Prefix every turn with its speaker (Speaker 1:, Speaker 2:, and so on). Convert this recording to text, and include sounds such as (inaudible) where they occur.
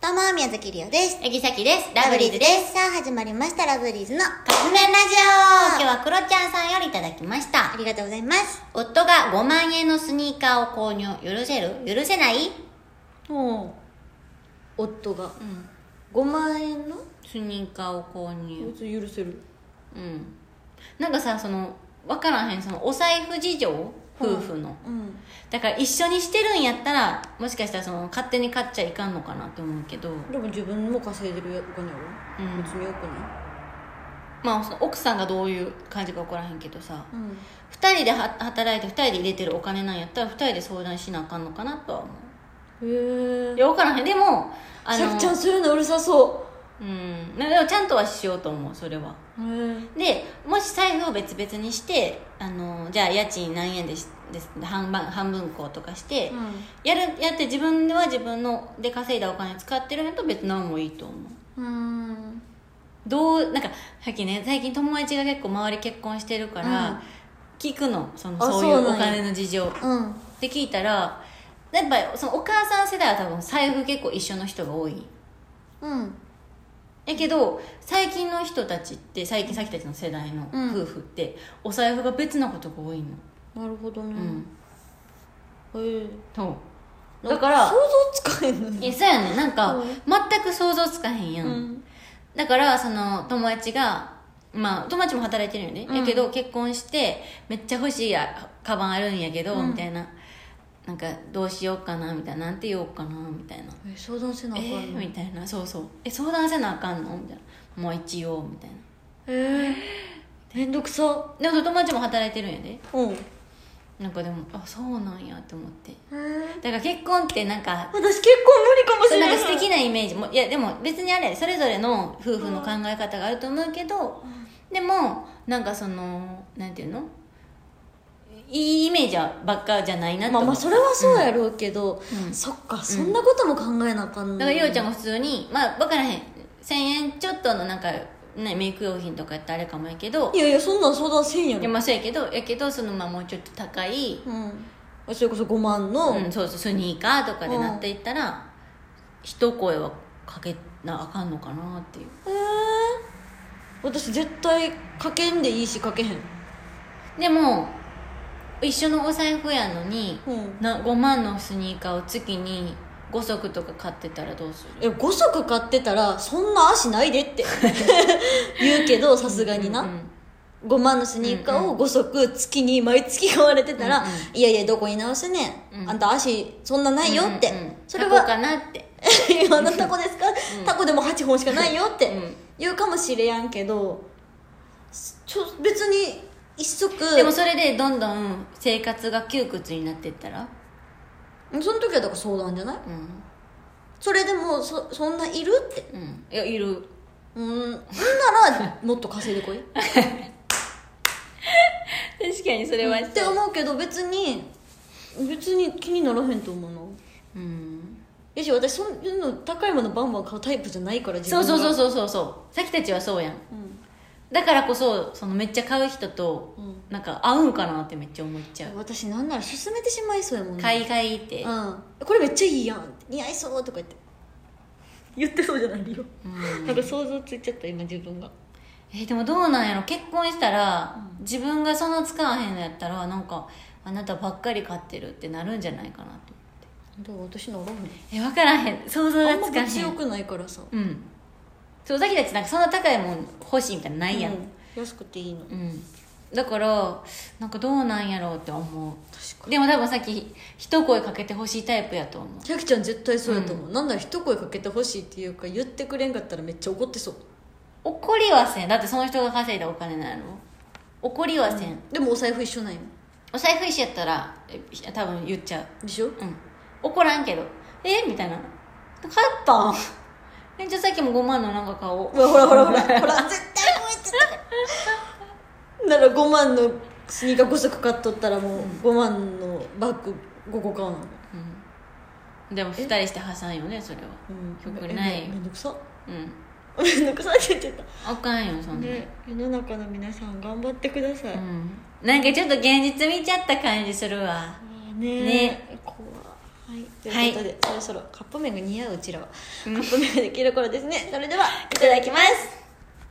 Speaker 1: どうも、宮崎りおです。
Speaker 2: えぎさきです。
Speaker 1: す。さあ、始まりました、ラブリーズの
Speaker 2: カップ麺ラジオ今日はクロちゃんさんよりいただきまし
Speaker 1: あ
Speaker 2: た。
Speaker 1: りがとうございます。
Speaker 2: 夫が5万円のスニーカーを購入。許せる許せない
Speaker 1: お夫が
Speaker 2: うん。
Speaker 1: 5万円の
Speaker 2: スニーカーを購入。
Speaker 1: 別に許せる。
Speaker 2: うん。なんかさ、その、わからへん、その、お財布事情夫婦の。
Speaker 1: うん。
Speaker 2: だから一緒にしてるんやったら、もしかしたらその、勝手に買っちゃいかんのかなって思うけど、
Speaker 1: でも自分も稼いでるお金やろ
Speaker 2: うん
Speaker 1: 別によくな
Speaker 2: まあ、その奥さんがどういう感じかわからへんけどさ、
Speaker 1: いうん。
Speaker 2: 二人では働いて二人で入れてるお金なんやったら、二人で相談しなあかんのかなとは思う。
Speaker 1: へ
Speaker 2: いや、分からへん。でも、あ
Speaker 1: シャ
Speaker 2: の、
Speaker 1: キちゃん、そういうのうるさそ
Speaker 2: うん。でもちゃんとはしようと思う、それは。
Speaker 1: う。へ
Speaker 2: で、もし財布を別々にして、あの、じゃあ家賃何円です、です半分、半分こうとかして、やる、やって自分では自分ので稼いだお金使ってるのと別のもいいと思う。
Speaker 1: うん。
Speaker 2: どう、なんか、さっきね、最近友達が結構周り結婚してるから、
Speaker 1: うん
Speaker 2: 聞くの、その、
Speaker 1: あ
Speaker 2: そうい
Speaker 1: そう
Speaker 2: う
Speaker 1: な
Speaker 2: お
Speaker 1: んや
Speaker 2: 金の事情。
Speaker 1: うん。
Speaker 2: で聞いたらやっぱりそのお母さん世代は多分財布結構一緒の人が多い
Speaker 1: うん。
Speaker 2: やけど最近の人たちって最近さっきたちの世代の
Speaker 1: うん
Speaker 2: 夫婦って、お財布が別なことが多いの
Speaker 1: なるほど
Speaker 2: う
Speaker 1: ね。
Speaker 2: ん
Speaker 1: へえ。
Speaker 2: そうだから
Speaker 1: 想像つかへんのに。
Speaker 2: えそうやねなんか、
Speaker 1: うん
Speaker 2: 全く想像つかへんやん、
Speaker 1: うん
Speaker 2: だからその友達がまあ友達も働いてるよね、
Speaker 1: うん
Speaker 2: やけど結婚してめっちゃ欲しいやカバンあるんやけど、
Speaker 1: うん
Speaker 2: みたいななんかどうしようかなみたいななんて言おうかなみたいな
Speaker 1: え相談せなあかん
Speaker 2: え
Speaker 1: の
Speaker 2: ーみたいなそうそうえ相談せなあかんのみたいなもう一応みたいな
Speaker 1: へえめんどくさ
Speaker 2: でもその友達も働いてるんやで
Speaker 1: うんへ
Speaker 2: なんかでもあそうなんやって思って
Speaker 1: え
Speaker 2: だから結婚ってなんか
Speaker 1: 私結構無理かもし
Speaker 2: そう
Speaker 1: れ
Speaker 2: な
Speaker 1: なんい
Speaker 2: か素敵なイメージもいやでも別にあれそれぞれの夫婦の考え方があると思うけど、でもなんかそのなんていうのいいイメージばっかじゃないなと
Speaker 1: まあ
Speaker 2: 思
Speaker 1: ま
Speaker 2: う、
Speaker 1: あそれはそうやろうけど、
Speaker 2: うん
Speaker 1: そっかそんなことも考えなあかんの
Speaker 2: だからゆうちゃんが普通にまあ分からへん1000円ちょっとのなんか、ね、メイク用品とかやったらあれかもやけど
Speaker 1: いやいやそんなん相談せんや
Speaker 2: いや
Speaker 1: ろ、
Speaker 2: まあそうやけどやけどそのまあもうちょっと高い、
Speaker 1: うん、それこそ5万の、
Speaker 2: うん、そうそうスニーカーとかでなっていったら、一声はかけなあかんのかなっていう
Speaker 1: 私絶対かけんでいいしかけへん
Speaker 2: でも一緒のお財布やのに、
Speaker 1: うん
Speaker 2: な5万のスニーカーを月に5足とか買ってたらどうする
Speaker 1: え5足買ってたらそんな足ないで
Speaker 2: (laughs)
Speaker 1: って言うけどさすがにな、
Speaker 2: うん
Speaker 1: 5万のスニーカーを5足月に毎月買われてたら、
Speaker 2: うんうん
Speaker 1: いやいやどこに直すねん、
Speaker 2: うん
Speaker 1: あんた足そんなないよって、
Speaker 2: うんうん
Speaker 1: それ
Speaker 2: タ
Speaker 1: は
Speaker 2: コかなって
Speaker 1: 「い (laughs) やあのタコですか、タコでも8本しかないよ」って
Speaker 2: うん
Speaker 1: 言うかもしれやんけどちょ別に一足
Speaker 2: でもそれでどんどん生活が窮屈になっていったら
Speaker 1: その時はだから相談じゃない
Speaker 2: うん
Speaker 1: それでもそそんないるって
Speaker 2: うんいやいる
Speaker 1: うんなんならもっと稼いで
Speaker 2: (laughs)
Speaker 1: こいっ
Speaker 2: 確かにそれは
Speaker 1: て思うけど別に別に気にならへんと思うな
Speaker 2: うん
Speaker 1: やし私そういうの高いものバンバン買うタイプじゃないから自
Speaker 2: そうそうそう
Speaker 1: う
Speaker 2: そうそうそうさきたちはそうやん
Speaker 1: うん
Speaker 2: だからこそそのめっちゃ買う人と
Speaker 1: うん
Speaker 2: なんか合うんかなってめっちゃ思っちゃう、
Speaker 1: 私なんなら勧めてしまいそうやもんね
Speaker 2: 海外って、
Speaker 1: うん、これめっちゃいいやん似合いそうとか言って言ってそうじゃないよ、なんか想像ついちゃった今自分が
Speaker 2: えでもどうなんやろ結婚したら、自分がそんな使わへんのやったらなんかあなたばっかり買ってるってなるんじゃないかな
Speaker 1: で
Speaker 2: と
Speaker 1: も私ならへん
Speaker 2: え分からへん想像
Speaker 1: あ
Speaker 2: が
Speaker 1: んま
Speaker 2: つかへ
Speaker 1: 物
Speaker 2: ん
Speaker 1: 欲ないからさ
Speaker 2: うんそうさきたちなんかそんな高いもん欲しいみたいなのないやん、
Speaker 1: う
Speaker 2: うん
Speaker 1: ん安くていいの
Speaker 2: だからなんかどうなんやろうって思う
Speaker 1: 確
Speaker 2: でも多分さっき一声かけてほしいタイプやと思う
Speaker 1: キャキちゃん絶対そうやと思う、なんなら一声かけてほしいっていうか言ってくれんかったらめっちゃ怒ってそう
Speaker 2: 怒りはせんだってその人が稼いだお金なの怒りはせん、
Speaker 1: でもお財布一緒ないも
Speaker 2: お財布一緒やったらえ多分言っちゃう
Speaker 1: でしょ
Speaker 2: うん怒らんけどえみたいな買ったんえじゃあさっきも5万のなんか買おう
Speaker 1: うわほらほらほらほら絶対覚えてるなら5万のスニーカー5足買っとったらもう5万のバッグ5個買うの
Speaker 2: でも2人して破産よねそれは極ない
Speaker 1: めめんどくさ
Speaker 2: うん
Speaker 1: めんどくさって言っちゃっ
Speaker 2: あかんよそ
Speaker 1: た
Speaker 2: んな、
Speaker 1: ね世の中の皆さん頑張ってください、
Speaker 2: う
Speaker 1: あ
Speaker 2: んなんかちょっと現実見ちゃった感じするわ
Speaker 1: ーね
Speaker 2: ね
Speaker 1: 怖はい、ということで、そろそろカップ麺が似合ううちらは、カップ麺ができる頃ですねそれではい
Speaker 2: ただきます